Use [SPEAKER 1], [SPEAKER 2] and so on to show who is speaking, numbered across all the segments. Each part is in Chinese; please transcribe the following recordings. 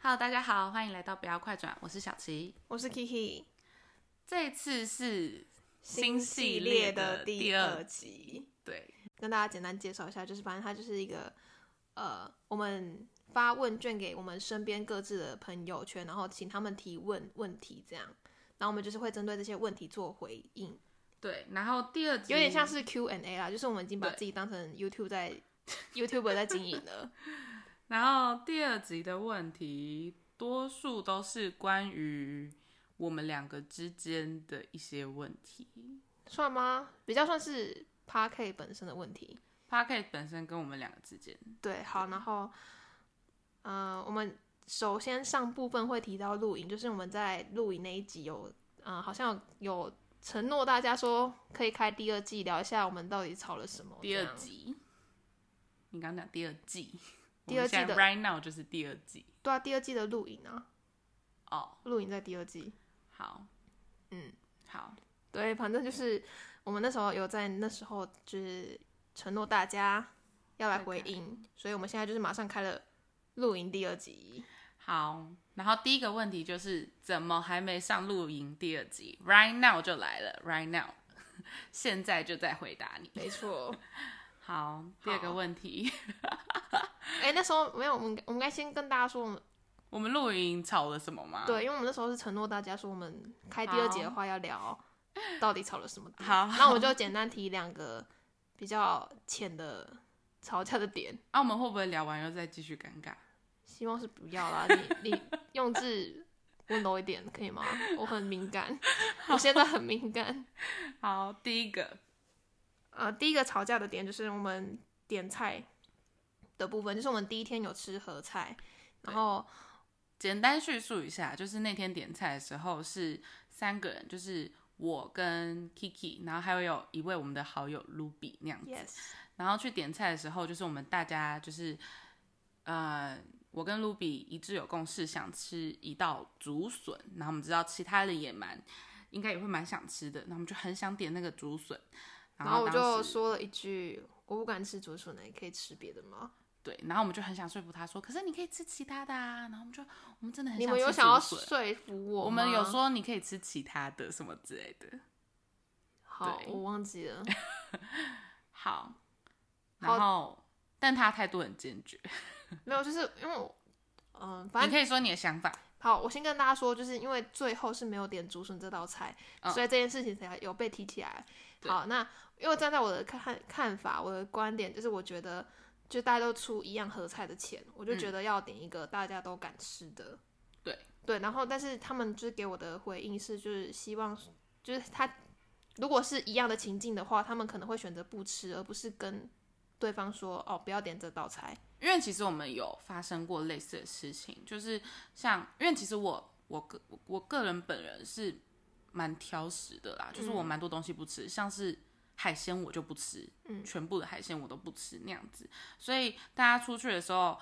[SPEAKER 1] Hello，大家好，欢迎来到不要快转，我是小琪。
[SPEAKER 2] 我是 Kiki，
[SPEAKER 1] 这次是
[SPEAKER 2] 新系列的第二集，
[SPEAKER 1] 对
[SPEAKER 2] 跟大家简单介绍一下，就是反正它就是一个呃，我们发问卷给我们身边各自的朋友圈，然后请他们提问问题，这样，然后我们就是会针对这些问题做回应，嗯
[SPEAKER 1] 对，然后第二集
[SPEAKER 2] 有点像是 Q&A 啦，就是我们已经把
[SPEAKER 1] 对
[SPEAKER 2] 自己当成 YouTube 在 YouTube 在经营了，
[SPEAKER 1] 然后第二集的问题，多数都是关于我们两个之间的一些问题。
[SPEAKER 2] 算吗？比较算是 Park 本身的问题，
[SPEAKER 1] p a r k e t 本身跟我们两个之间，
[SPEAKER 2] 对，好，然后，呃，我们首先上部分会提到露营，就是我们在露营那一集有，呃，好像有有承诺大家说可以开第二季，聊一下我们到底吵了什么。
[SPEAKER 1] 第
[SPEAKER 2] 这
[SPEAKER 1] 二
[SPEAKER 2] 样，
[SPEAKER 1] 集，你刚刚讲第二季，
[SPEAKER 2] 第二季
[SPEAKER 1] 我们现在
[SPEAKER 2] 的
[SPEAKER 1] right now 就是第二季
[SPEAKER 2] 对啊，第二季的露营啊，
[SPEAKER 1] 哦。
[SPEAKER 2] 露营在第二季，
[SPEAKER 1] 好，
[SPEAKER 2] 嗯，
[SPEAKER 1] 好，
[SPEAKER 2] 对，反正就是我们那时候有在那时候就是承诺大家要来
[SPEAKER 1] 会
[SPEAKER 2] 回
[SPEAKER 1] 开
[SPEAKER 2] 应，所以我们现在就是马上开了露营第二集。
[SPEAKER 1] 好，然后第一个问题就是怎么还没上露营第二集？Right now 就来了，Right now，现在就在回答你。
[SPEAKER 2] 没错。
[SPEAKER 1] 好，第二个问题，
[SPEAKER 2] 哎、那时候没有，我们我们该先跟大家说，我们
[SPEAKER 1] 我们露营吵了什么吗？，
[SPEAKER 2] 对，因为我们那时候是承诺大家说，我们开第二节的话要聊到底吵了什么点。
[SPEAKER 1] 好
[SPEAKER 2] 那我就简单提两个比较浅的吵架的点，
[SPEAKER 1] 啊，我们会不会聊完又再继续尴尬？
[SPEAKER 2] 希望是不要啦。你你用字温柔一点可以吗？我很敏感，我现在很敏感。
[SPEAKER 1] 好，第一个，
[SPEAKER 2] 呃，第一个吵架的点就是我们点菜的部分，就是我们第一天有吃合菜，然后
[SPEAKER 1] 简单叙述一下，就是那天点菜的时候是三个人，就是我跟 Kiki，然后还有一位我们的好友 Ruby 那样子。
[SPEAKER 2] yes，
[SPEAKER 1] 然后去点菜的时候，就是我们大家就是，呃，我跟卢比一致有共识，想吃一道竹笋，然后我们知道其他人也蛮，应该也会蛮想吃的，那我们就很想点那个竹笋，
[SPEAKER 2] 然后我
[SPEAKER 1] 当
[SPEAKER 2] 就
[SPEAKER 1] 时
[SPEAKER 2] 说了一句。我不敢吃竹笋呢，可以吃别的吗？
[SPEAKER 1] 对，然后我们就很想说服他说，可是你可以吃其他的啊，然后我们就我们真的很
[SPEAKER 2] 你
[SPEAKER 1] 想
[SPEAKER 2] 们有
[SPEAKER 1] 吃
[SPEAKER 2] 想要
[SPEAKER 1] 竹笋
[SPEAKER 2] 说服我吗？
[SPEAKER 1] 我们有说你可以吃其他的什么之类的，
[SPEAKER 2] 好，
[SPEAKER 1] 对
[SPEAKER 2] 我忘记 了。
[SPEAKER 1] 好，
[SPEAKER 2] 好
[SPEAKER 1] 然后但他态度很坚决，
[SPEAKER 2] 没有，就是因为我，嗯、
[SPEAKER 1] 你
[SPEAKER 2] 反正
[SPEAKER 1] 可以说你的想法，
[SPEAKER 2] 好，我先跟大家说，就是因为最后是没有点竹笋这道菜，
[SPEAKER 1] 嗯
[SPEAKER 2] 所以这件事情才有被提起来。
[SPEAKER 1] 对
[SPEAKER 2] 好，那因为站在我的看看法，我的观点就是，我觉得就大家都出一样合菜的钱，我就觉得要点一个大家都敢吃的。
[SPEAKER 1] 嗯对
[SPEAKER 2] 对，然后但是他们就是给我的回应是，就是希望就是他如果是一样的情境的话，他们可能会选择不吃，而不是跟对方说哦不要点这道菜。
[SPEAKER 1] 因为其实我们有发生过类似的事情，就是像，因为其实我我个我个人本人是蛮挑食的啦，就是我蛮多东西不吃，像是海鲜我就不吃，
[SPEAKER 2] 嗯
[SPEAKER 1] 全部的海鲜我都不吃那样子，所以大家出去的时候，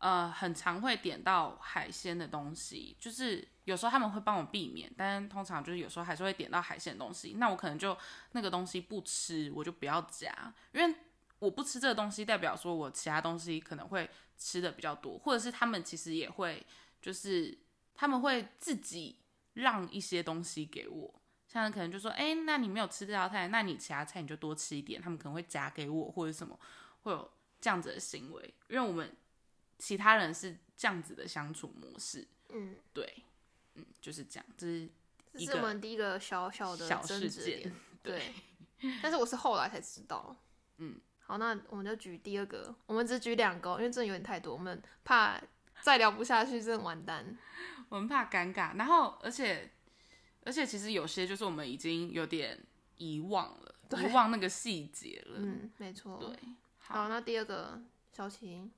[SPEAKER 1] 呃，很常会点到海鲜的东西，就是有时候他们会帮我避免，但是通常就是有时候还是会点到海鲜的东西，那我可能就那个东西不吃，我就不要夹，因为我不吃这个东西，代表说我其他东西可能会吃的比较多，或者是他们其实也会，就是他们会自己让一些东西给我，像可能就说，哎、那你没有吃这道菜，那你其他菜你就多吃一点，他们可能会夹给我或者什么，会有这样子的行为，因为我们其他人是这样子的相处模式，
[SPEAKER 2] 嗯，
[SPEAKER 1] 对，嗯，就是这样，这是
[SPEAKER 2] 这
[SPEAKER 1] 一
[SPEAKER 2] 是我
[SPEAKER 1] 个
[SPEAKER 2] 们第一个小小的
[SPEAKER 1] 小
[SPEAKER 2] 争
[SPEAKER 1] 事
[SPEAKER 2] 执
[SPEAKER 1] 件
[SPEAKER 2] 点，对。但是我是后来才知道，嗯，好，那我们就举第二个，我们只举两个哦，因为真的有点太多，我们怕再聊不下去，真的完蛋。
[SPEAKER 1] 我们怕尴尬，然后而且而且其实有些就是我们已经有点遗忘了，
[SPEAKER 2] 对
[SPEAKER 1] 遗忘那个细节了。
[SPEAKER 2] 嗯，没错。
[SPEAKER 1] 对，好，
[SPEAKER 2] 好，那第二个小晴，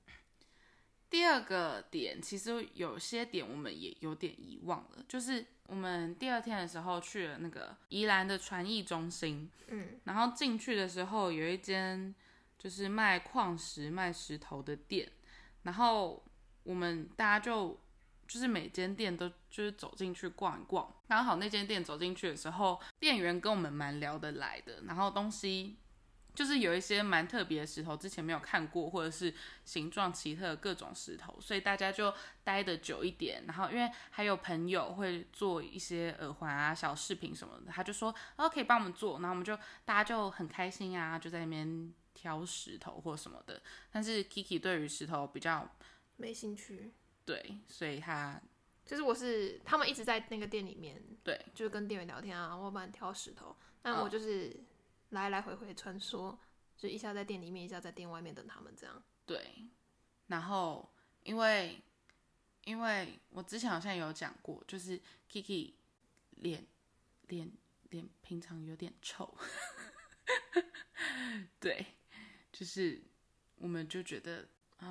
[SPEAKER 1] 第二个点其实有些点我们也有点遗忘了，就是我们第二天的时候去了那个宜兰的传艺中心，
[SPEAKER 2] 嗯，
[SPEAKER 1] 然后进去的时候有一间就是卖矿石、卖石头的店，然后我们大家就就是每间店都就是走进去逛一逛。刚好那间店走进去的时候，店员跟我们蛮聊得来的，然后东西就是有一些蛮特别的石头，之前没有看过，或者是形状奇特的各种石头，所以大家就待的久一点。然后因为还有朋友会做一些耳环啊、小饰品什么的，他就说哦可以帮我们做，然后我们就大家就很开心啊，就在那边挑石头或什么的。但是 Kiki 对于石头比较
[SPEAKER 2] 没兴趣。
[SPEAKER 1] 对，所以他
[SPEAKER 2] 就是我是他们一直在那个店里面，
[SPEAKER 1] 对嗯
[SPEAKER 2] 就是跟店员聊天啊，我帮你挑石头，但我就是来来回回穿梭，就一下在店里面，一下在店外面等他们这样。
[SPEAKER 1] 对，然后因为因为我之前好像有讲过，就是 Kiki 脸脸脸平常有点臭， 对，就是我们就觉得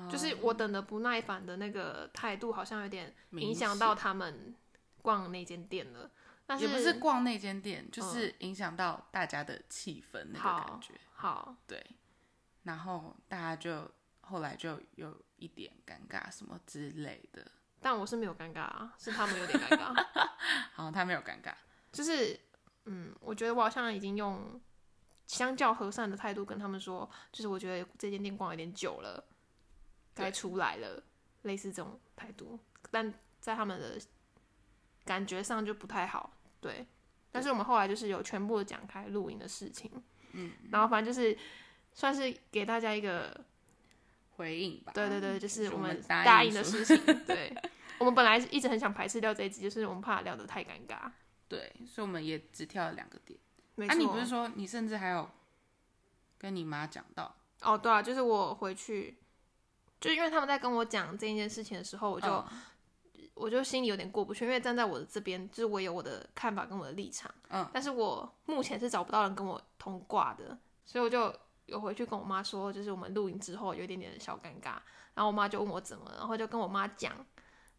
[SPEAKER 2] 就是我等的不耐烦的那个态度，好像有点影响
[SPEAKER 1] 明显
[SPEAKER 2] 到他们逛那间店了。但
[SPEAKER 1] 也不是逛那间店，就是影响到大家的气氛那个
[SPEAKER 2] 好
[SPEAKER 1] 感觉，
[SPEAKER 2] 好，
[SPEAKER 1] 对，然后大家就后来就有一点尴尬什么之类的，
[SPEAKER 2] 但我是没有尴尬啊，是他们有点尴尬。
[SPEAKER 1] 好，他没有尴尬，
[SPEAKER 2] 就是嗯，我觉得我好像已经用相较和善的态度跟他们说，就是我觉得这间店逛有点久了，该
[SPEAKER 1] 对
[SPEAKER 2] 出来了，类似这种态度，但在他们的感觉上就不太好，对。但是我们后来就是有全部地讲开露营的事情，嗯，然后反正就是算是给大家一个
[SPEAKER 1] 回应吧，
[SPEAKER 2] 对对对，就是
[SPEAKER 1] 是
[SPEAKER 2] 我
[SPEAKER 1] 我
[SPEAKER 2] 们
[SPEAKER 1] 们答应
[SPEAKER 2] 答应的
[SPEAKER 1] 说
[SPEAKER 2] 事情。 对，我们本来一直很想排斥掉这一集，就是我们怕聊得太尴尬。
[SPEAKER 1] 对，所以我们也只跳了两个点。
[SPEAKER 2] 没
[SPEAKER 1] 啊，
[SPEAKER 2] 错，
[SPEAKER 1] 你不是说你甚至还有跟你妈讲到，
[SPEAKER 2] 哦，对啊，就是我回去，就是因为他们在跟我讲这一件事情的时候，我就、
[SPEAKER 1] 嗯
[SPEAKER 2] 我就心里有点过不去，因为站在我的这边，就是我有我的看法跟我的立场，
[SPEAKER 1] 嗯，
[SPEAKER 2] 但是我目前是找不到人跟我同挂的，所以我就有回去跟我妈说，就是我们录影之后有一点点小尴尬，然后我妈就问我怎么了，然后就跟我妈讲，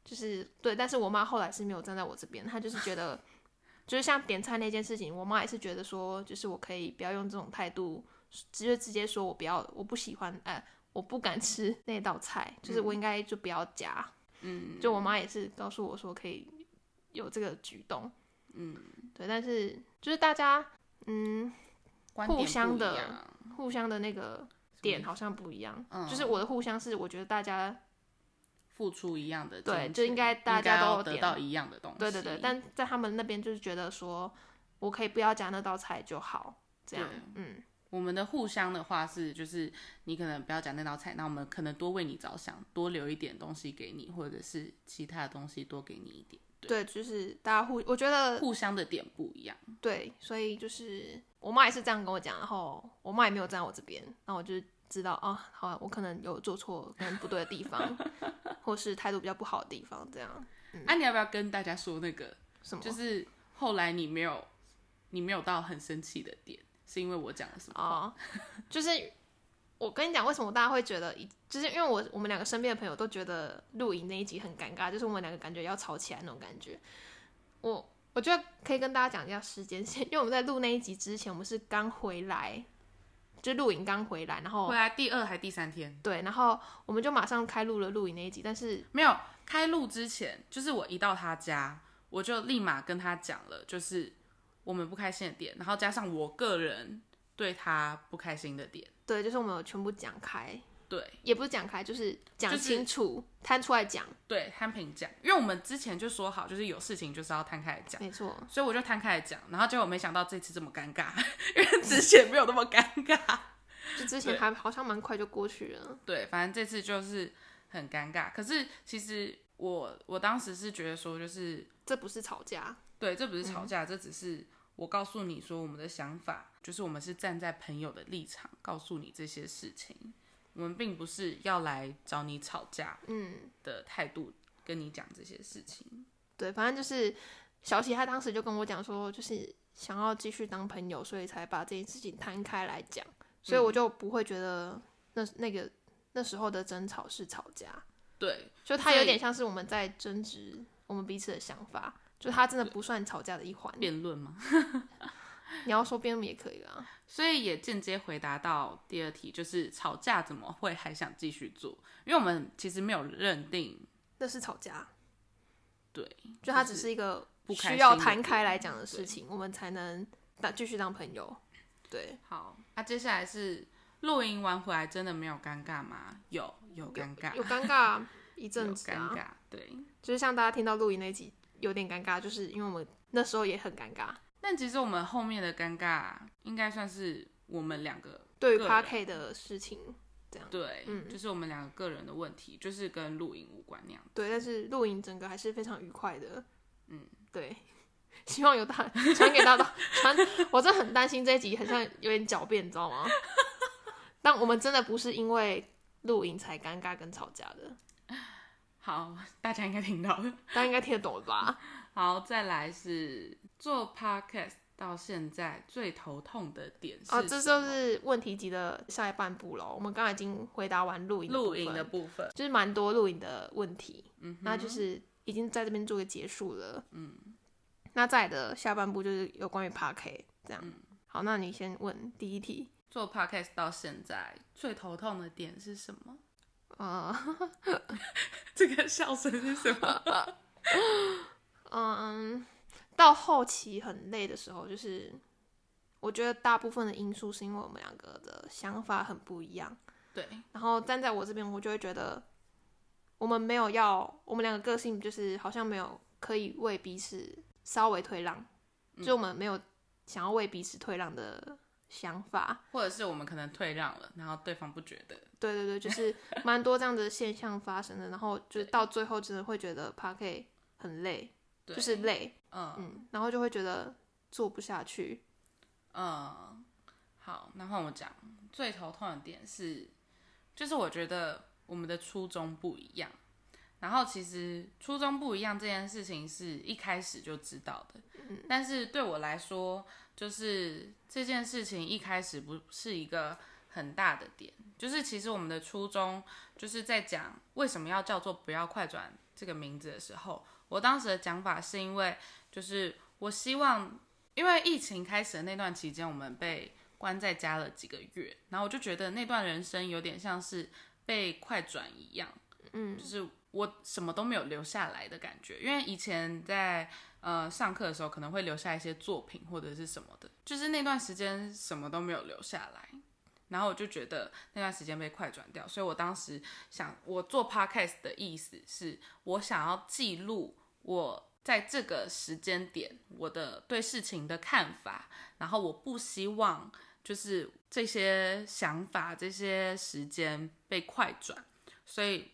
[SPEAKER 2] 就是对，但是我妈后来是没有站在我这边，她就是觉得， 就是像点菜那件事情，我妈也是觉得说，就是我可以不要用这种态度，直接直接说我不要，我不喜欢，呃，我不敢吃那道菜，就是我应该就不要夹，
[SPEAKER 1] 嗯，
[SPEAKER 2] 就我妈也是告诉我说可以有这个举动，嗯，对，但是就是大家嗯
[SPEAKER 1] 观点
[SPEAKER 2] 互
[SPEAKER 1] 不
[SPEAKER 2] 相
[SPEAKER 1] 一
[SPEAKER 2] 的
[SPEAKER 1] 样
[SPEAKER 2] 互相的那个点好像不一样，
[SPEAKER 1] 嗯
[SPEAKER 2] 就是我的互相是我觉得大家
[SPEAKER 1] 付出一样的金
[SPEAKER 2] 对
[SPEAKER 1] 钱，
[SPEAKER 2] 就应该大
[SPEAKER 1] 应该
[SPEAKER 2] 家都
[SPEAKER 1] 要
[SPEAKER 2] 有
[SPEAKER 1] 得
[SPEAKER 2] 点
[SPEAKER 1] 到一样的东西。
[SPEAKER 2] 对对对，但在他们那边就是觉得说我可以不要加那道菜就好，这样
[SPEAKER 1] 对，
[SPEAKER 2] 嗯，
[SPEAKER 1] 我们的互相的话是，就是你可能不要讲那道菜，那我们可能多为你着想，多留一点东西给你，或者是其他的东西多给你一点，
[SPEAKER 2] 对，就是大家互我觉得
[SPEAKER 1] 互相的点不一样。
[SPEAKER 2] 对，所以就是我妈也是这样跟我讲，然后我妈也没有站我这边，然后我就知道啊，好啊，我可能有做错可能不对的地方，或是态度比较不好的地方，这样
[SPEAKER 1] 啊，你要不要跟大家说那个？
[SPEAKER 2] 嗯什么？
[SPEAKER 1] 就是后来你没有，你没有到很生气的点，是因为我讲了什么话？
[SPEAKER 2] 哦，就是我跟你讲，为什么大家会觉得一，就是因为我我们两个身边的朋友都觉得录影那一集很尴尬，就是我们两个感觉要吵起来那种感觉。我我觉得可以跟大家讲一下时间线，因为我们在录那一集之前，我们是刚回来，就录影刚回来，然后
[SPEAKER 1] 回来第二还第三天。
[SPEAKER 2] 对，然后我们就马上开录了录影那一集，但是
[SPEAKER 1] 没有开录之前，就是我一到他家，我就立马跟他讲了，就是我们不开心的点，然后加上我个人对他不开心的点，
[SPEAKER 2] 对，就是我们有全部讲开，
[SPEAKER 1] 对
[SPEAKER 2] 也不是讲开，就是讲
[SPEAKER 1] 就是
[SPEAKER 2] 清楚，摊出来讲，
[SPEAKER 1] 对，摊平讲，因为我们之前就说好，就是有事情就是要摊开来讲，
[SPEAKER 2] 没 错，
[SPEAKER 1] 所以我就摊开来讲，然后结果没想到这次这么尴尬，因为之前没有那么尴尬，
[SPEAKER 2] 就之前
[SPEAKER 1] 对
[SPEAKER 2] 还好像蛮快就过去了，
[SPEAKER 1] 对，反正这次就是很尴尬，可是其实我我当时是觉得说就是
[SPEAKER 2] 这不是吵架，
[SPEAKER 1] 对，这不是吵架，这只是我告诉你说我们的想法，就是我们是站在朋友的立场告诉你这些事情，我们并不是要来找你吵架
[SPEAKER 2] 嗯，
[SPEAKER 1] 的态度跟你讲这些事情。
[SPEAKER 2] 对，反正就是小琪她当时就跟我讲说，就是想要继续当朋友，所以才把这件事情摊开来讲，所以
[SPEAKER 1] 嗯
[SPEAKER 2] 我就不会觉得那那个那时候的争吵是吵架，
[SPEAKER 1] 对，
[SPEAKER 2] 就它
[SPEAKER 1] 所
[SPEAKER 2] 有
[SPEAKER 1] 以
[SPEAKER 2] 点像是我们在争执我们彼此的想法，就它真的不算吵架的一环。
[SPEAKER 1] 辩论嘛，
[SPEAKER 2] 你要说边牧也可以啦。
[SPEAKER 1] 所以也间接回答到第二题，就是吵架怎么会还想继续做？因为我们其实没有认定，
[SPEAKER 2] 那是吵架，
[SPEAKER 1] 对，
[SPEAKER 2] 就它
[SPEAKER 1] 就
[SPEAKER 2] 只
[SPEAKER 1] 是
[SPEAKER 2] 是一个
[SPEAKER 1] 不开
[SPEAKER 2] 需要
[SPEAKER 1] 心的
[SPEAKER 2] 摊
[SPEAKER 1] 点
[SPEAKER 2] 开来讲的事情，我们才能当继续当朋友。对，
[SPEAKER 1] 好，那、啊接下来是露营完回来真的没有尴尬吗？有，有尴尬，
[SPEAKER 2] 有尴尬一阵
[SPEAKER 1] 有
[SPEAKER 2] 子
[SPEAKER 1] 尴
[SPEAKER 2] 啊，
[SPEAKER 1] 尬，对。
[SPEAKER 2] 就是像大家听到录音那一集有点尴尬，就是因为我们那时候也很尴尬，
[SPEAKER 1] 但其实我们后面的尴尬应该算是我们两个
[SPEAKER 2] 对于
[SPEAKER 1] 个
[SPEAKER 2] p a r k 的事情，
[SPEAKER 1] 对，
[SPEAKER 2] 嗯
[SPEAKER 1] 就是我们两个个人的问题，就是跟露营无关那样。
[SPEAKER 2] 对，但是录音整个还是非常愉快的，
[SPEAKER 1] 嗯，
[SPEAKER 2] 对。希望有大传给大家，传我真的很担心这一集很像有点狡辩，你知道吗？但我们真的不是因为录音才尴尬跟吵架的，
[SPEAKER 1] 好，大家应该听到了。
[SPEAKER 2] 大家应该听得懂了吧？
[SPEAKER 1] 好，再来是做 podcast 到现在最头痛的点是
[SPEAKER 2] 啊，这
[SPEAKER 1] 什
[SPEAKER 2] 就
[SPEAKER 1] 么
[SPEAKER 2] 是问题集的下一半部了。我们刚才已经回答完录影的
[SPEAKER 1] 露
[SPEAKER 2] 部
[SPEAKER 1] 营
[SPEAKER 2] 分
[SPEAKER 1] 的部分。
[SPEAKER 2] 就是蛮多录影的问题，
[SPEAKER 1] 嗯哼，
[SPEAKER 2] 那就是已经在这边做个结束了。嗯，那再来的下半部就是有关于 p a r k
[SPEAKER 1] 嗯
[SPEAKER 2] 这样。好，那你先问第一题。
[SPEAKER 1] 做 podcast 到现在最头痛的点是什么？
[SPEAKER 2] 呃，
[SPEAKER 1] 这个笑声是什么？
[SPEAKER 2] 嗯，到后期很累的时候，就是我觉得大部分的因素是因为我们两个的想法很不一样，
[SPEAKER 1] 对，
[SPEAKER 2] 然后站在我这边，我就会觉得我们没有要，我们两个个性就是好像没有可以为彼此稍微退让，
[SPEAKER 1] 嗯
[SPEAKER 2] 就我们没有想要为彼此退让的想法。
[SPEAKER 1] 或者是我们可能退让了，然后对方不觉得。
[SPEAKER 2] 对对对，就是蛮多这样的现象发生的，然后就是到最后真的会觉得 p a r k 很累，
[SPEAKER 1] 对，
[SPEAKER 2] 就是累，
[SPEAKER 1] 嗯
[SPEAKER 2] 嗯，然后就会觉得做不下去。
[SPEAKER 1] 嗯，好，那换我讲。最头痛的点是，就是我觉得我们的初衷不一样。然后其实初衷不一样这件事情是一开始就知道的，但是对我来说，就是这件事情一开始不是一个很大的点。就是其实我们的初衷就是在讲为什么要叫做“不要快转”这个名字的时候，我当时的讲法是因为，就是我希望因为疫情开始的那段期间，我们被关在家了几个月，然后我就觉得那段人生有点像是被快转一样，
[SPEAKER 2] 嗯，
[SPEAKER 1] 就是我什么都没有留下来的感觉。因为以前在呃上课的时候，可能会留下一些作品或者是什么的，就是那段时间什么都没有留下来。然后我就觉得那段时间被快转掉，所以我当时想，我做 podcast 的意思是我想要记录我在这个时间点我的对事情的看法，然后我不希望就是这些想法、这些时间被快转，所以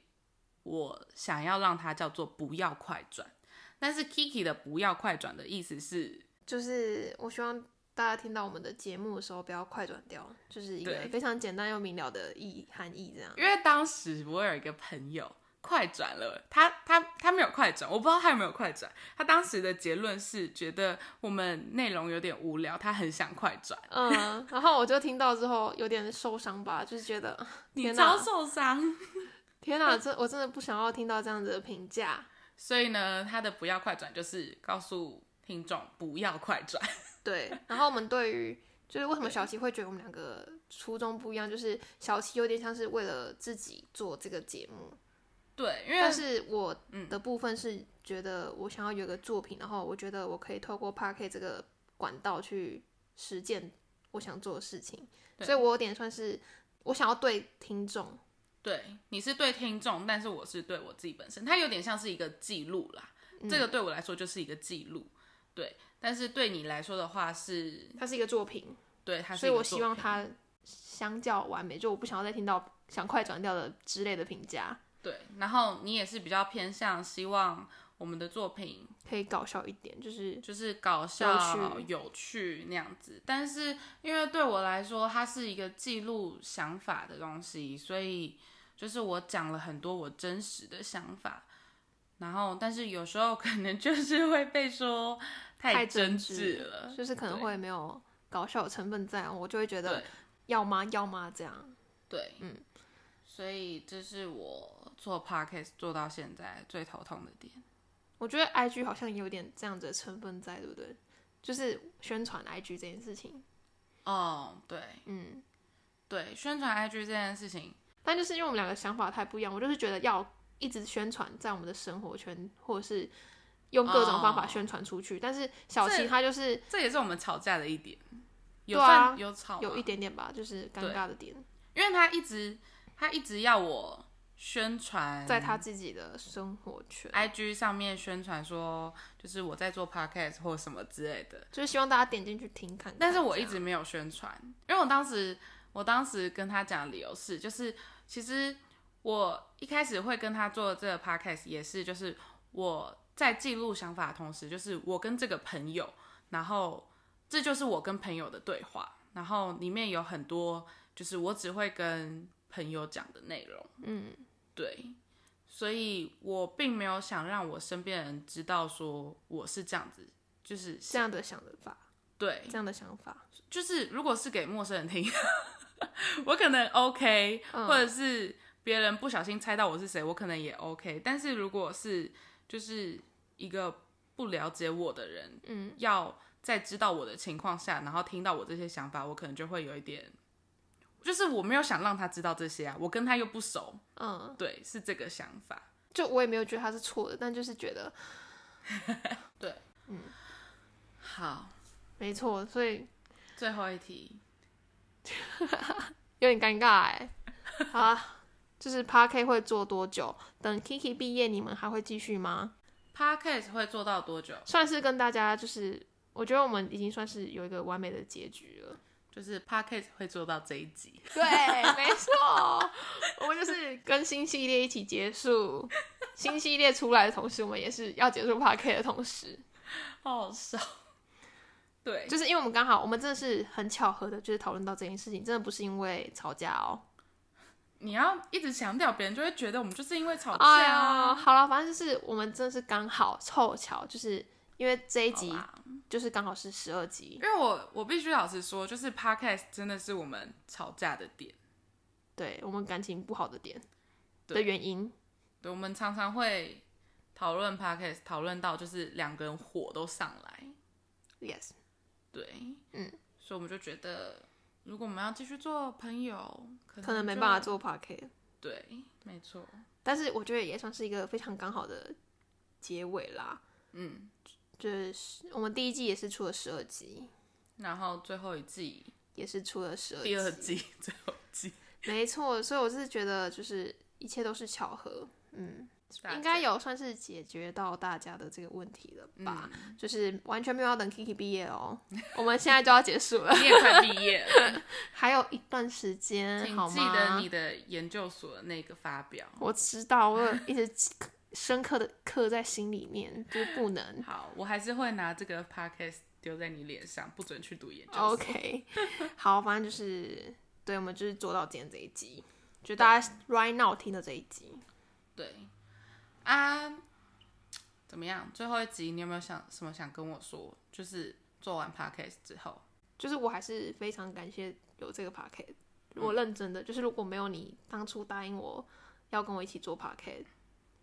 [SPEAKER 1] 我想要让它叫做不要快转。但是 Kiki 的不要快转的意思是，
[SPEAKER 2] 就是我希望大家听到我们的节目的时候不要快转掉，就是一个
[SPEAKER 1] 对
[SPEAKER 2] 非常简单又明了的意含义这样。
[SPEAKER 1] 因为当时我有一个朋友快转了，他他他没有快转，我不知道他有没有快转。他当时的结论是觉得我们内容有点无聊，他很想快转。
[SPEAKER 2] 嗯， 然后我就听到之后有点受伤吧，就是觉得
[SPEAKER 1] 你
[SPEAKER 2] 天
[SPEAKER 1] 遭
[SPEAKER 2] 哪，
[SPEAKER 1] 受伤，
[SPEAKER 2] 天哪，这我真的不想要听到这样子的评价。
[SPEAKER 1] 所以呢，他的不要快转就是告诉听众不要快转。
[SPEAKER 2] 对，然后我们对于就是为什么小琪会觉得我们两个初衷不一样，就是小琪有点像是为了自己做这个节目，
[SPEAKER 1] 对，因为
[SPEAKER 2] 但是我
[SPEAKER 1] 嗯
[SPEAKER 2] 的部分是觉得我想要有一个作品，然后我觉得我可以透过 p a r k 这个管道去实践我想做的事情，
[SPEAKER 1] 对
[SPEAKER 2] 所以我有点算是我想要对听众
[SPEAKER 1] 对你是对听众，但是我是对我自己本身，它有点像是一个记录啦。这
[SPEAKER 2] 嗯
[SPEAKER 1] 个对我来说就是一个记录，对。但是对你来说的话是，
[SPEAKER 2] 它是一个作品，
[SPEAKER 1] 对，它是
[SPEAKER 2] 所以
[SPEAKER 1] 一个
[SPEAKER 2] 我希
[SPEAKER 1] 作
[SPEAKER 2] 望
[SPEAKER 1] 品
[SPEAKER 2] 它相较完美，就我不想要再听到想快转掉的之类的评价，
[SPEAKER 1] 对，然后你也是比较偏向希望我们的作品
[SPEAKER 2] 可以搞笑一点，就是
[SPEAKER 1] 就是搞笑、
[SPEAKER 2] 有
[SPEAKER 1] 有趣那样子。但是因为对我来说，它是一个记录想法的东西，所以就是我讲了很多我真实的想法。然后，但是有时候可能就是会被说
[SPEAKER 2] 太
[SPEAKER 1] 真
[SPEAKER 2] 挚
[SPEAKER 1] 挚了，
[SPEAKER 2] 就是可能
[SPEAKER 1] 对
[SPEAKER 2] 会没有搞笑的成分在，我就会觉得
[SPEAKER 1] 对
[SPEAKER 2] 要吗要吗这样。
[SPEAKER 1] 对，嗯。所以这是我做 podcast 做到现在最头痛的点。
[SPEAKER 2] 我觉得 IG 好像有点这样子的成分在，对不对？就是宣传 IG 这件事情，
[SPEAKER 1] 哦，对
[SPEAKER 2] 嗯，
[SPEAKER 1] 对，宣传 IG 这件事情，
[SPEAKER 2] 但就是因为我们两个想法太不一样，我就是觉得要一直宣传在我们的生活圈，或者是用各种方法
[SPEAKER 1] 哦
[SPEAKER 2] 宣传出去。但是小
[SPEAKER 1] 这
[SPEAKER 2] 琪她就是
[SPEAKER 1] 这也是我们吵架的一点。有
[SPEAKER 2] 对啊
[SPEAKER 1] 算有吵吗，
[SPEAKER 2] 有一点点吧，就是尴尬的点，
[SPEAKER 1] 因为他一直他一直要我宣传，
[SPEAKER 2] 在他自己的生活圈，
[SPEAKER 1] IG 上面宣传说，就是我在做 podcast 或什么之类的，
[SPEAKER 2] 就是希望大家点进去听看看
[SPEAKER 1] 但是我
[SPEAKER 2] 这
[SPEAKER 1] 一
[SPEAKER 2] 样
[SPEAKER 1] 直没有宣传，因为我当时我当时跟他讲的理由是，就是其实我一开始会跟他做这个 podcast 也是，就是我在记录想法的同时，就是我跟这个朋友，然后这就是我跟朋友的对话，然后里面有很多就是我只会跟朋友讲的内容，
[SPEAKER 2] 嗯，
[SPEAKER 1] 对。所以我并没有想让我身边的人知道说我是这样子，就是
[SPEAKER 2] 这样的想法，
[SPEAKER 1] 对，
[SPEAKER 2] 这样的想法，
[SPEAKER 1] 就是如果是给陌生人听， 我可能 OK，、或
[SPEAKER 2] 嗯
[SPEAKER 1] 者是别人不小心猜到我是谁，我可能也 OK。但是如果是就是一个不了解我的人，
[SPEAKER 2] 嗯，
[SPEAKER 1] 要在知道我的情况下，然后听到我这些想法，我可能就会有一点，就是我没有想让他知道这些啊，我跟他又不熟，
[SPEAKER 2] 嗯，
[SPEAKER 1] 对，是这个想法。
[SPEAKER 2] 就我也没有觉得他是错的，但就是觉得
[SPEAKER 1] 好，
[SPEAKER 2] 没错，所以
[SPEAKER 1] 最后一题，
[SPEAKER 2] 有点尴尬哎、 好啊，就是 p a r k 会做多久？等 Kiki 毕业，你们还会继续吗？
[SPEAKER 1] Podcast 会做到多久？
[SPEAKER 2] 算是跟大家就是，我觉得我们已经算是有一个完美的结局了。
[SPEAKER 1] 就是 Podcast 会做到这一集。
[SPEAKER 2] 对，没错，我们就是跟新系列一起结束。新系列出来的同时，我们也是要结束 p a r k 的同时，
[SPEAKER 1] 好少。 对，
[SPEAKER 2] 就是因为我们刚好，我们真的是很巧合的，就是讨论到这件事情，真的不是因为吵架哦。
[SPEAKER 1] 你要一直强调，别人就会觉得我们就是因为吵架
[SPEAKER 2] 哎呀，
[SPEAKER 1] 啊。
[SPEAKER 2] 好了，反正就是我们真的是刚好凑巧，就是因为这一集
[SPEAKER 1] 好啦
[SPEAKER 2] 就是刚好是十二集
[SPEAKER 1] 因，为我我必须老实说，就是 podcast 真的是我们吵架的点。
[SPEAKER 2] 对我们感情不好的点
[SPEAKER 1] 对
[SPEAKER 2] 的原因，
[SPEAKER 1] 对，我们常常会讨论 podcast，讨论到就是两个人火都上来。
[SPEAKER 2] Yes，
[SPEAKER 1] 对，
[SPEAKER 2] 嗯，
[SPEAKER 1] 所以我们就觉得，如果我们要继续做朋友，可能
[SPEAKER 2] 可能没
[SPEAKER 1] 就
[SPEAKER 2] 办法。做 p a r k e
[SPEAKER 1] 对，没错。
[SPEAKER 2] 但是我觉得也算是一个非常刚好的结尾啦。
[SPEAKER 1] 嗯，
[SPEAKER 2] 就是我们第一季也是出了十二集，
[SPEAKER 1] 然后最后一季、
[SPEAKER 2] 也是出了十二
[SPEAKER 1] 第二季、 最后一季，
[SPEAKER 2] 没错，所以我是觉得就是一切都是巧合，嗯，
[SPEAKER 1] 大
[SPEAKER 2] 应该
[SPEAKER 1] 家
[SPEAKER 2] 有算是解决到大家的这个问题了吧？
[SPEAKER 1] 嗯
[SPEAKER 2] 就是完全没有要等 Kiki 毕业哦，我们现在就要结束了，
[SPEAKER 1] 你也快毕业了，
[SPEAKER 2] 还有一段时间，
[SPEAKER 1] 请
[SPEAKER 2] 嗯好
[SPEAKER 1] 记得
[SPEAKER 2] 吗
[SPEAKER 1] 你？的研究所的那个发表。
[SPEAKER 2] 我知道，我有一直深刻的刻在心里面，就不 能。
[SPEAKER 1] 好，我还是会拿这个 podcast 丢在你脸上，不准去读研究所。
[SPEAKER 2] 哦 OK，好， 反正就是，对，我们就是做到今天这一集，就大家 right now 听的这一集。
[SPEAKER 1] 对啊，怎么样？最后一集你有没有想什么想跟我说？就是做完 podcast 之后，
[SPEAKER 2] 就是我还是非常感谢有这个 p o c k e
[SPEAKER 1] 嗯
[SPEAKER 2] t 我认真的，就是如果没有你当初答应我要跟我一起做 p o c k e t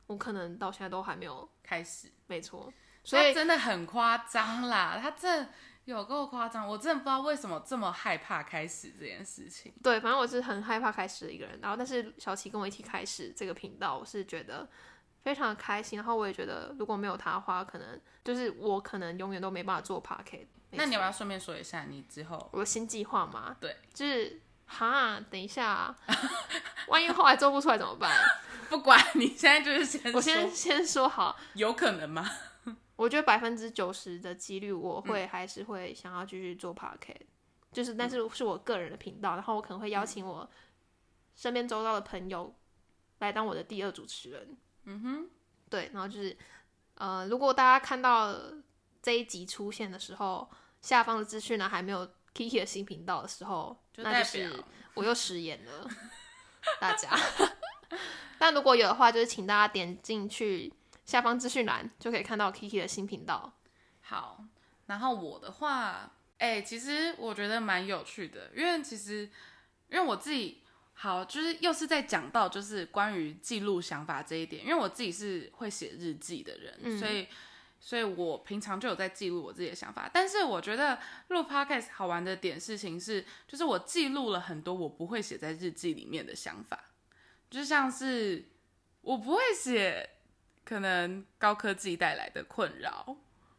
[SPEAKER 2] 我可能到现在都还没有，
[SPEAKER 1] 开始，
[SPEAKER 2] 没错。所以
[SPEAKER 1] 他真的很夸张啦，他这有够夸张，我真的不知道为什么这么害怕开始这件事情。
[SPEAKER 2] 对，反正我是很害怕开始的一个人。然后，但是小琪跟我一起开始这个频道，我是觉得非常开心。然后我也觉得，如果没有他的话，可能就是我可能永远都没办法做 p o c k e t
[SPEAKER 1] 那你要不要顺便说一下你之后？
[SPEAKER 2] 我的新计划嘛？
[SPEAKER 1] 对，
[SPEAKER 2] 就是哈，等一下，啊万一后来做不出来怎么 办？
[SPEAKER 1] 不管你现在就是先
[SPEAKER 2] 我先
[SPEAKER 1] 说
[SPEAKER 2] 先说好，
[SPEAKER 1] 有可能吗？
[SPEAKER 2] 我觉得百分之九十的几率，我会还是会想要继续做 p o c k e t 就是但是是我个人的频道，然后我可能会邀请我身边周遭的朋友来当我的第二主持人。嗯哼，对，然后就是呃，如果大家看到这一集出现的时候，下方的资讯呢还没有 Kiki 的新频道的时候，
[SPEAKER 1] 就
[SPEAKER 2] 那
[SPEAKER 1] 代
[SPEAKER 2] 就是
[SPEAKER 1] 表
[SPEAKER 2] 我又食言了，大家。 但如果有的话，就是请大家点进去下方资讯栏，就可以看到 Kiki 的新频道。
[SPEAKER 1] 好，然后我的话，哎、其实我觉得蛮有趣的，因为其实因为我自己好，就是又是在讲到就是关于记录想法这一点，因为我自己是会写日记的人，
[SPEAKER 2] 嗯
[SPEAKER 1] 所以。所以我平常就有在记录我自己的想法，但是我觉得录 podcast 好玩的点事情是，就是我记录了很多我不会写在日记里面的想法，就像是我不会写可能高科技带来的困扰，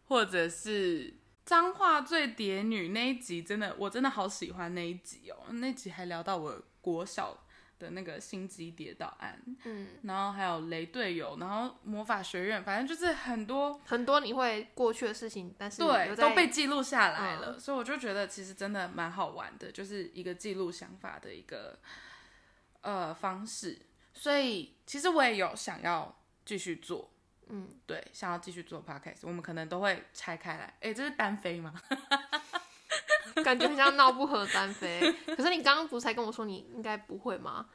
[SPEAKER 1] 或者是脏话最蝶女那一集真的，我真的好喜欢那一集哦。那集还聊到我国小的那个心机跌倒案，
[SPEAKER 2] 嗯，
[SPEAKER 1] 然后还有雷队友，然后魔法学院，反正就是很多
[SPEAKER 2] 很多你会过去的事情，但是
[SPEAKER 1] 对
[SPEAKER 2] 留在
[SPEAKER 1] 都被记录下来了，
[SPEAKER 2] 嗯
[SPEAKER 1] 所以我就觉得其实真的蛮好玩的，就是一个记录想法的一个呃方式。所以其实我也有想要继续做，
[SPEAKER 2] 嗯，
[SPEAKER 1] 对，想要继续做 podcast，我们可能都会拆开来。诶，这是单飞吗？
[SPEAKER 2] 感觉很像闹不和单飞。 可是你刚刚不是才跟我说你应该不会吗？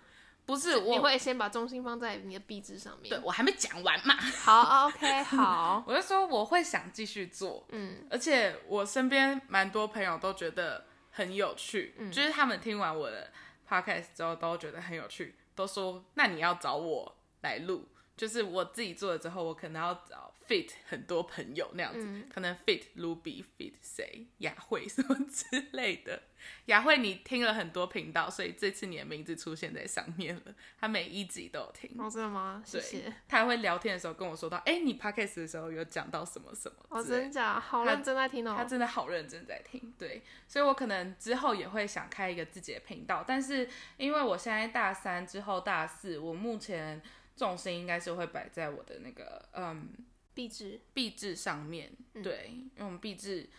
[SPEAKER 1] 不是
[SPEAKER 2] 你
[SPEAKER 1] 我，
[SPEAKER 2] 会先把重心放在你的壁纸上面。
[SPEAKER 1] 对，我还没讲完嘛，
[SPEAKER 2] 好，OK，好，
[SPEAKER 1] 我就说我会想继续做，
[SPEAKER 2] 嗯
[SPEAKER 1] 而且我身边蛮多朋友都觉得很有趣，就是他们听完我的 podcast 之后都觉得很有趣，都说那你要找我来录。就是我自己做了之后，我可能要找 fit 很多朋友那样子，可能 fit Ruby、fit 谁、雅慧什么之类的。雅慧，你听了很多频道，所以这次你的名字出现在上面了。她每一集都有听，
[SPEAKER 2] 哦，真的吗？谢
[SPEAKER 1] 对
[SPEAKER 2] 谢。
[SPEAKER 1] 她还会聊天的时候跟我说到，哎、你 podcast 的时候有讲到什么什么
[SPEAKER 2] 哦，
[SPEAKER 1] 之类的。
[SPEAKER 2] 真假？好
[SPEAKER 1] 他
[SPEAKER 2] 认真在听
[SPEAKER 1] 他
[SPEAKER 2] 哦。
[SPEAKER 1] 真的好认真在听，对，所以我可能之后也会想开一个自己的频道，但是因为我现在大三之后大四，我目前重心应该是会摆在我的那个嗯
[SPEAKER 2] 壁纸，
[SPEAKER 1] 壁纸上面，
[SPEAKER 2] 嗯
[SPEAKER 1] 对，因为我们壁纸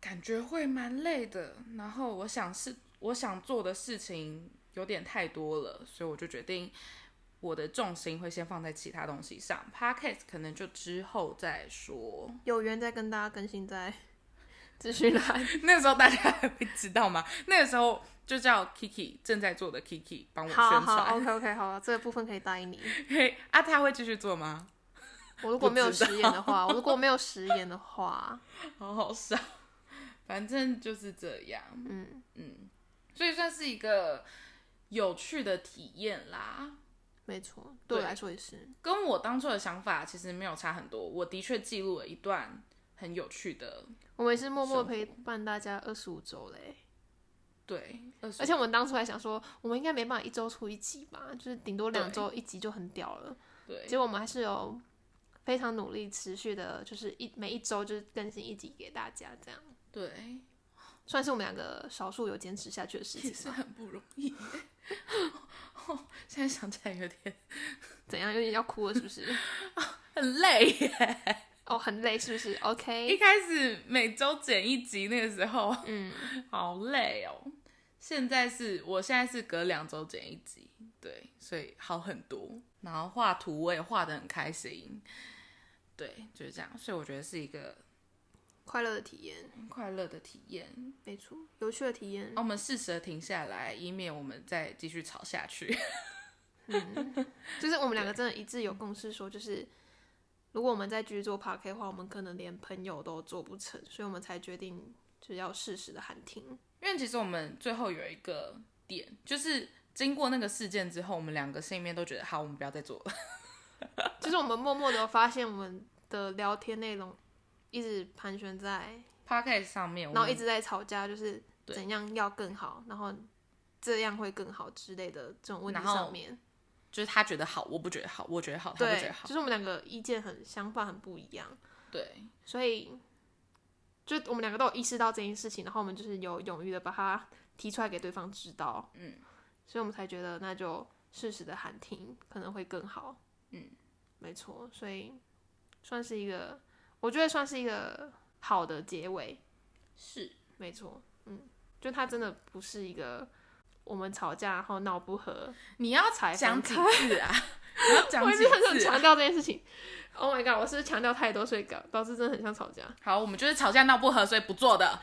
[SPEAKER 1] 感觉会蛮累的，然后我想是我想做的事情有点太多了，所以我就决定我的重心会先放在其他东西上 p o d c a s t 可能就之后再说。
[SPEAKER 2] 有缘再跟大家更新在资讯栏。
[SPEAKER 1] 那个时候大家还会知道吗？那个时候就叫 Kiki 正在做的 Kiki 帮我宣
[SPEAKER 2] 好
[SPEAKER 1] 传。
[SPEAKER 2] 好，OK OK，好，这个部分可以答应你。
[SPEAKER 1] 嘿啊，他会继续做吗？
[SPEAKER 2] 我如果没有
[SPEAKER 1] 不知
[SPEAKER 2] 食
[SPEAKER 1] 道
[SPEAKER 2] 言的话，我如果没有食言的话，
[SPEAKER 1] 好好笑， 反正就是这样，
[SPEAKER 2] 嗯，
[SPEAKER 1] 所以算是一个有趣的体验啦。
[SPEAKER 2] 没错，对我
[SPEAKER 1] 对
[SPEAKER 2] 来说也是。
[SPEAKER 1] 跟我当初的想法其实没有差很多，我的确记录了一段很有趣的，
[SPEAKER 2] 我们也是默默陪伴大家二十五周嘞，
[SPEAKER 1] 对，
[SPEAKER 2] 而且我们当初还想说，我们应该没办法一周出一集吧，就是顶多两
[SPEAKER 1] 对
[SPEAKER 2] 周一集就很屌了。
[SPEAKER 1] 对
[SPEAKER 2] 结果我们还是有非常努力、持续的，就是一每一周就是更新一集给大家，这样
[SPEAKER 1] 对，
[SPEAKER 2] 算是我们两个少数有坚持下去的事
[SPEAKER 1] 也是
[SPEAKER 2] 情吧。
[SPEAKER 1] 很不容易。 哦，现在想起来有点
[SPEAKER 2] 怎样，有点要哭了，是不是？
[SPEAKER 1] 很累。
[SPEAKER 2] 哦，很累，是不是
[SPEAKER 1] 一
[SPEAKER 2] ？OK，
[SPEAKER 1] 开始每周剪一集，那个时候
[SPEAKER 2] 嗯，
[SPEAKER 1] 好累哦。现在是我现在是隔两周剪一集，对，所以好很多。然后画图我也画的很开心，对，就是这样。所以我觉得是一个
[SPEAKER 2] 快乐的体验，
[SPEAKER 1] 很快乐的体验。
[SPEAKER 2] 没错，有趣的体验
[SPEAKER 1] 那、。我们适时的停下来，以免我们再继续吵下去。
[SPEAKER 2] 就是我们两个真的一致有共识，说就是如果我们再继续做 p a r k 的话，我们可能连朋友都做不成，所以我们才决定就是要适时的喊停。
[SPEAKER 1] 因为其实我们最后有一个点，就是经过那个事件之后，我们两个心里面都觉得，好，我们不要再做了。
[SPEAKER 2] 就是我们默默的发现我们的聊天内容一直盘旋在，
[SPEAKER 1] Podcast 上面，我
[SPEAKER 2] 然后
[SPEAKER 1] 们
[SPEAKER 2] 一直在吵架，就是
[SPEAKER 1] 对
[SPEAKER 2] 怎样要更好，然后这样会更好之类的这种问题
[SPEAKER 1] 然后
[SPEAKER 2] 上面，
[SPEAKER 1] 就是他觉得好，我不觉得好，我觉得好，他不觉
[SPEAKER 2] 对
[SPEAKER 1] 得，好
[SPEAKER 2] 就。是我们两个意见很想法很不一样，
[SPEAKER 1] 对
[SPEAKER 2] 所以就我们两个都有意识到这件事情，然后我们就是有勇于的把它提出来给对方知道，
[SPEAKER 1] 嗯，
[SPEAKER 2] 所以我们才觉得那就适时的喊停可能会更好，
[SPEAKER 1] 嗯，
[SPEAKER 2] 没错，所以算是一个，我觉得算是一个好的结尾，
[SPEAKER 1] 是，
[SPEAKER 2] 没错，嗯，就它真的不是一个我们吵架然后闹不和，
[SPEAKER 1] 你要
[SPEAKER 2] 才
[SPEAKER 1] 讲
[SPEAKER 2] 分
[SPEAKER 1] 几次 啊？你要讲
[SPEAKER 2] 我一
[SPEAKER 1] 几
[SPEAKER 2] 直很想
[SPEAKER 1] 次啊、
[SPEAKER 2] 强调这件事情。Oh my god！我是不是强调太多，所以搞导致真的很像吵架？
[SPEAKER 1] 好，我们就是吵架闹不和，所以不做的，
[SPEAKER 2] 啊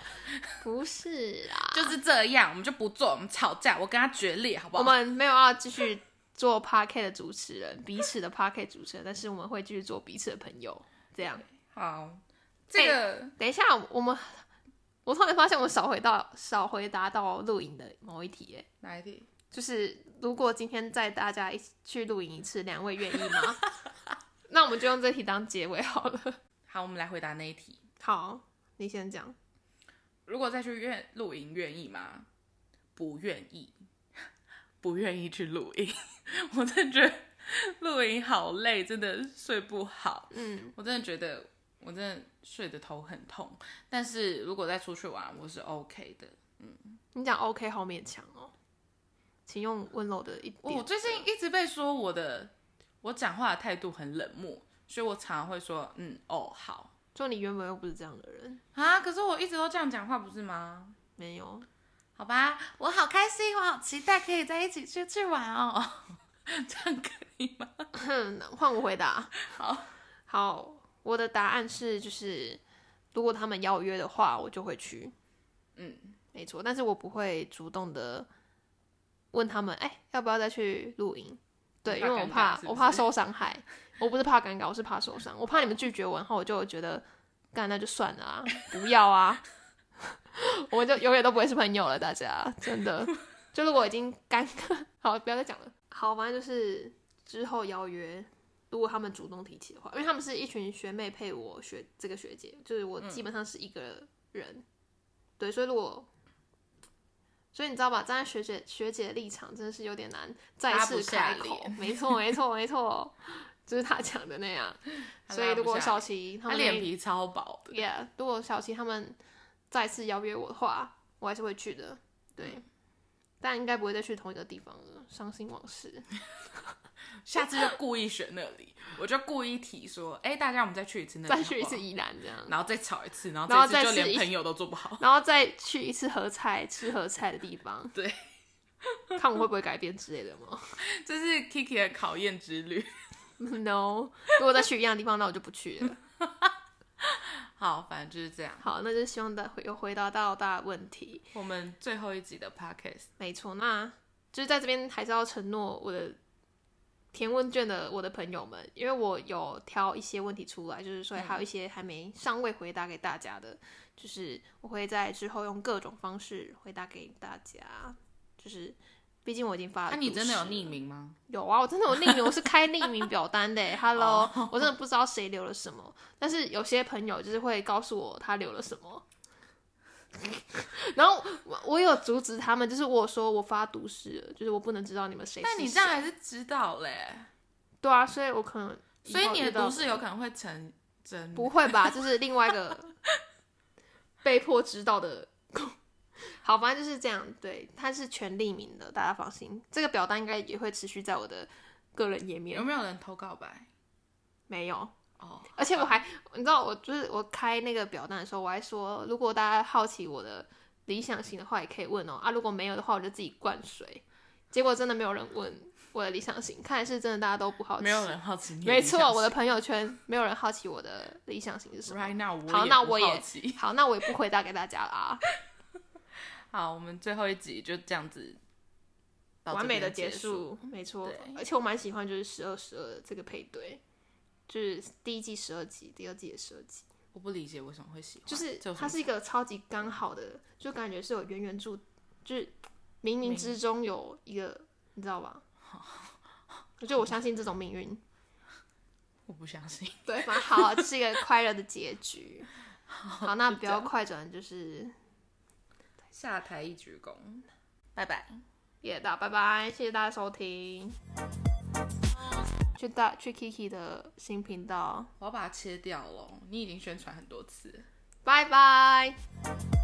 [SPEAKER 2] 不是啊啦，
[SPEAKER 1] 就是这样，我们就不做，我们吵架，我跟他决裂，好不
[SPEAKER 2] 我
[SPEAKER 1] 好？
[SPEAKER 2] 们没有要继续做 p a r k 的主持人，彼此的 p a r k 主持人，但是我们会继续做彼此的朋友。这样，
[SPEAKER 1] 好，这个
[SPEAKER 2] 等一下，我们我突然发现我少回到少回答到录影的某一题，哎，
[SPEAKER 1] 哪一题？
[SPEAKER 2] 就是如果今天带大家一起去录影一次，两位愿意吗？ 那我们就用这题当结尾好了。
[SPEAKER 1] 好，我们来回答那一题。
[SPEAKER 2] 好，你先讲。
[SPEAKER 1] 如果再去愿露营，愿意吗？不愿意， 不愿意去露营。 我真的觉得露营好累，真的睡不好。
[SPEAKER 2] 嗯，
[SPEAKER 1] 我真的觉得我真的睡得头很痛。但是如果再出去玩，我是 OK 的。
[SPEAKER 2] 你讲 OK 好勉强哦，请用温柔的一
[SPEAKER 1] 我
[SPEAKER 2] 点。
[SPEAKER 1] 我最近一直被说我的我讲话的态度很冷漠，所以我常常会说嗯哦好
[SPEAKER 2] 就你原本又不是这样的人，
[SPEAKER 1] 啊。可是我一直都这样讲话，不是吗？
[SPEAKER 2] 没有，
[SPEAKER 1] 好吧，我好开心，我好期待可以在一起出去玩哦。 这样可以吗？
[SPEAKER 2] 换我回答。
[SPEAKER 1] 好，
[SPEAKER 2] 好，我的答案是就是，如果他们邀约的话，我就会去。
[SPEAKER 1] 嗯，
[SPEAKER 2] 没错，但是我不会主动的问他们，哎、要不要再去露营？对，
[SPEAKER 1] 你
[SPEAKER 2] 因
[SPEAKER 1] 怕
[SPEAKER 2] 为我
[SPEAKER 1] 尴尬
[SPEAKER 2] 怕
[SPEAKER 1] 是不
[SPEAKER 2] 我怕
[SPEAKER 1] 是
[SPEAKER 2] 受伤害，我不是怕尴尬，我是怕受伤，我怕你们拒绝我，然后我就觉得，干那就算 了啊，不要啊， 我们就永远都不会是朋友了，大家真的。就如果已经尴尬，好，不要再讲了。好，反正就是之后邀约，如果他们主动提起的话，因为他们是一群学妹配我学这个学姐，就是我
[SPEAKER 1] 嗯
[SPEAKER 2] 基本上是一个人，对，所以如果，所以你知道吧，站在学姐学姐的立场，真的是有点难再
[SPEAKER 1] 拉
[SPEAKER 2] 次
[SPEAKER 1] 不下
[SPEAKER 2] 开口
[SPEAKER 1] 脸。
[SPEAKER 2] 没错，没错，没错，就是他讲的那 样。所以如果小琪他
[SPEAKER 1] 啊他
[SPEAKER 2] 们
[SPEAKER 1] 脸皮超薄的，
[SPEAKER 2] Yeah，如果小琪他们再次邀约我的话，我还是会去的。对，
[SPEAKER 1] 嗯
[SPEAKER 2] 但应该不会再去同一个地方了，伤心往事。
[SPEAKER 1] 下次就故意选那里，我就故意提说，哎、大家我们再去一次那里，
[SPEAKER 2] 再去一
[SPEAKER 1] 好不
[SPEAKER 2] 次
[SPEAKER 1] 好，
[SPEAKER 2] 宜兰这样，
[SPEAKER 1] 然后再吵一次，然
[SPEAKER 2] 然
[SPEAKER 1] 后
[SPEAKER 2] 后
[SPEAKER 1] 这
[SPEAKER 2] 再
[SPEAKER 1] 次就
[SPEAKER 2] 试一
[SPEAKER 1] 连朋友都做不好。
[SPEAKER 2] 然后再去一次合菜吃合菜的地方。
[SPEAKER 1] 对，
[SPEAKER 2] 看我会不会改变之类的吗
[SPEAKER 1] 这是 Kiki 的考验之旅。
[SPEAKER 2] ？No，如果再去一样的地方，那我就不去了。
[SPEAKER 1] 好，反正就是这样。
[SPEAKER 2] 好，那就希望的有回答到大家的问题。
[SPEAKER 1] 我们最后一集的 Podcast
[SPEAKER 2] 没错，那就是在这边还是要承诺我的填问卷的我的朋友们，因为我有挑一些问题出来，就是说还有一些还没尚未回答给大家的，就是我会在之后用各种方式回答给大家。就是毕竟我已经发了，
[SPEAKER 1] 那、你真的有匿？名吗？
[SPEAKER 2] 有啊，我真的有匿名，我是开匿名表单的。Hello，
[SPEAKER 1] 哦
[SPEAKER 2] 我欸真的不知道谁留了什么，但是有些朋友就是会告诉我他留了什么， 然后我我有阻止他们，就是我说我发毒誓了，就是我不能知道你们谁是谁。
[SPEAKER 1] 但你这样还是知道嘞，
[SPEAKER 2] 对啊，所以我可能以
[SPEAKER 1] 所以
[SPEAKER 2] 后
[SPEAKER 1] 你的
[SPEAKER 2] 遇到
[SPEAKER 1] 毒誓有可能会成真。
[SPEAKER 2] 不会吧？就是另外 一个被迫知道的。 好，反正就是这样。对，它是全匿名的，大家放心。这个表单应该也会持续在我的个人页面
[SPEAKER 1] 有。没有人偷告白？
[SPEAKER 2] 没有，
[SPEAKER 1] 哦，
[SPEAKER 2] 而且我还，你知道，我就是我开那个表单的时候，我还说，如果大家好奇我的理想型的话，也可以问哦。啊，如果没有的话，我就自己灌水。结果真的没有人问我的理想型，看来是真的大家都不好奇。
[SPEAKER 1] 没有，人好奇你。
[SPEAKER 2] 没错，我的。朋友圈没有人好奇我的理想型是什么。
[SPEAKER 1] Right now，我
[SPEAKER 2] 好那
[SPEAKER 1] 不
[SPEAKER 2] 我也
[SPEAKER 1] 好奇。
[SPEAKER 2] 好，那我也不回答给大家了啊，
[SPEAKER 1] 好，我们最后一集就这样子 到这边
[SPEAKER 2] 完美的
[SPEAKER 1] 结
[SPEAKER 2] 结。束，没错
[SPEAKER 1] 对。
[SPEAKER 2] 而且我蛮喜欢就是十二十二这个配对，就是第一季十二集，第二季也十二集。
[SPEAKER 1] 我不理解为什么会喜欢，
[SPEAKER 2] 就是
[SPEAKER 1] 这有什
[SPEAKER 2] 它
[SPEAKER 1] 么
[SPEAKER 2] 是一个超级刚好的，就感觉是有圆圆柱，就是冥冥之中有一个，你知 道吧？我就我相信这种命运，
[SPEAKER 1] 我不相信。
[SPEAKER 2] 对，蛮好，这是一个快乐的结 局。好，那不要快转，就是
[SPEAKER 1] 下台一鞠躬，拜拜。
[SPEAKER 2] 也到，拜拜，谢谢大家收听。去大去 Kiki 的新频道，
[SPEAKER 1] 我要把它切掉了，你已经宣传很多次了。
[SPEAKER 2] 拜拜。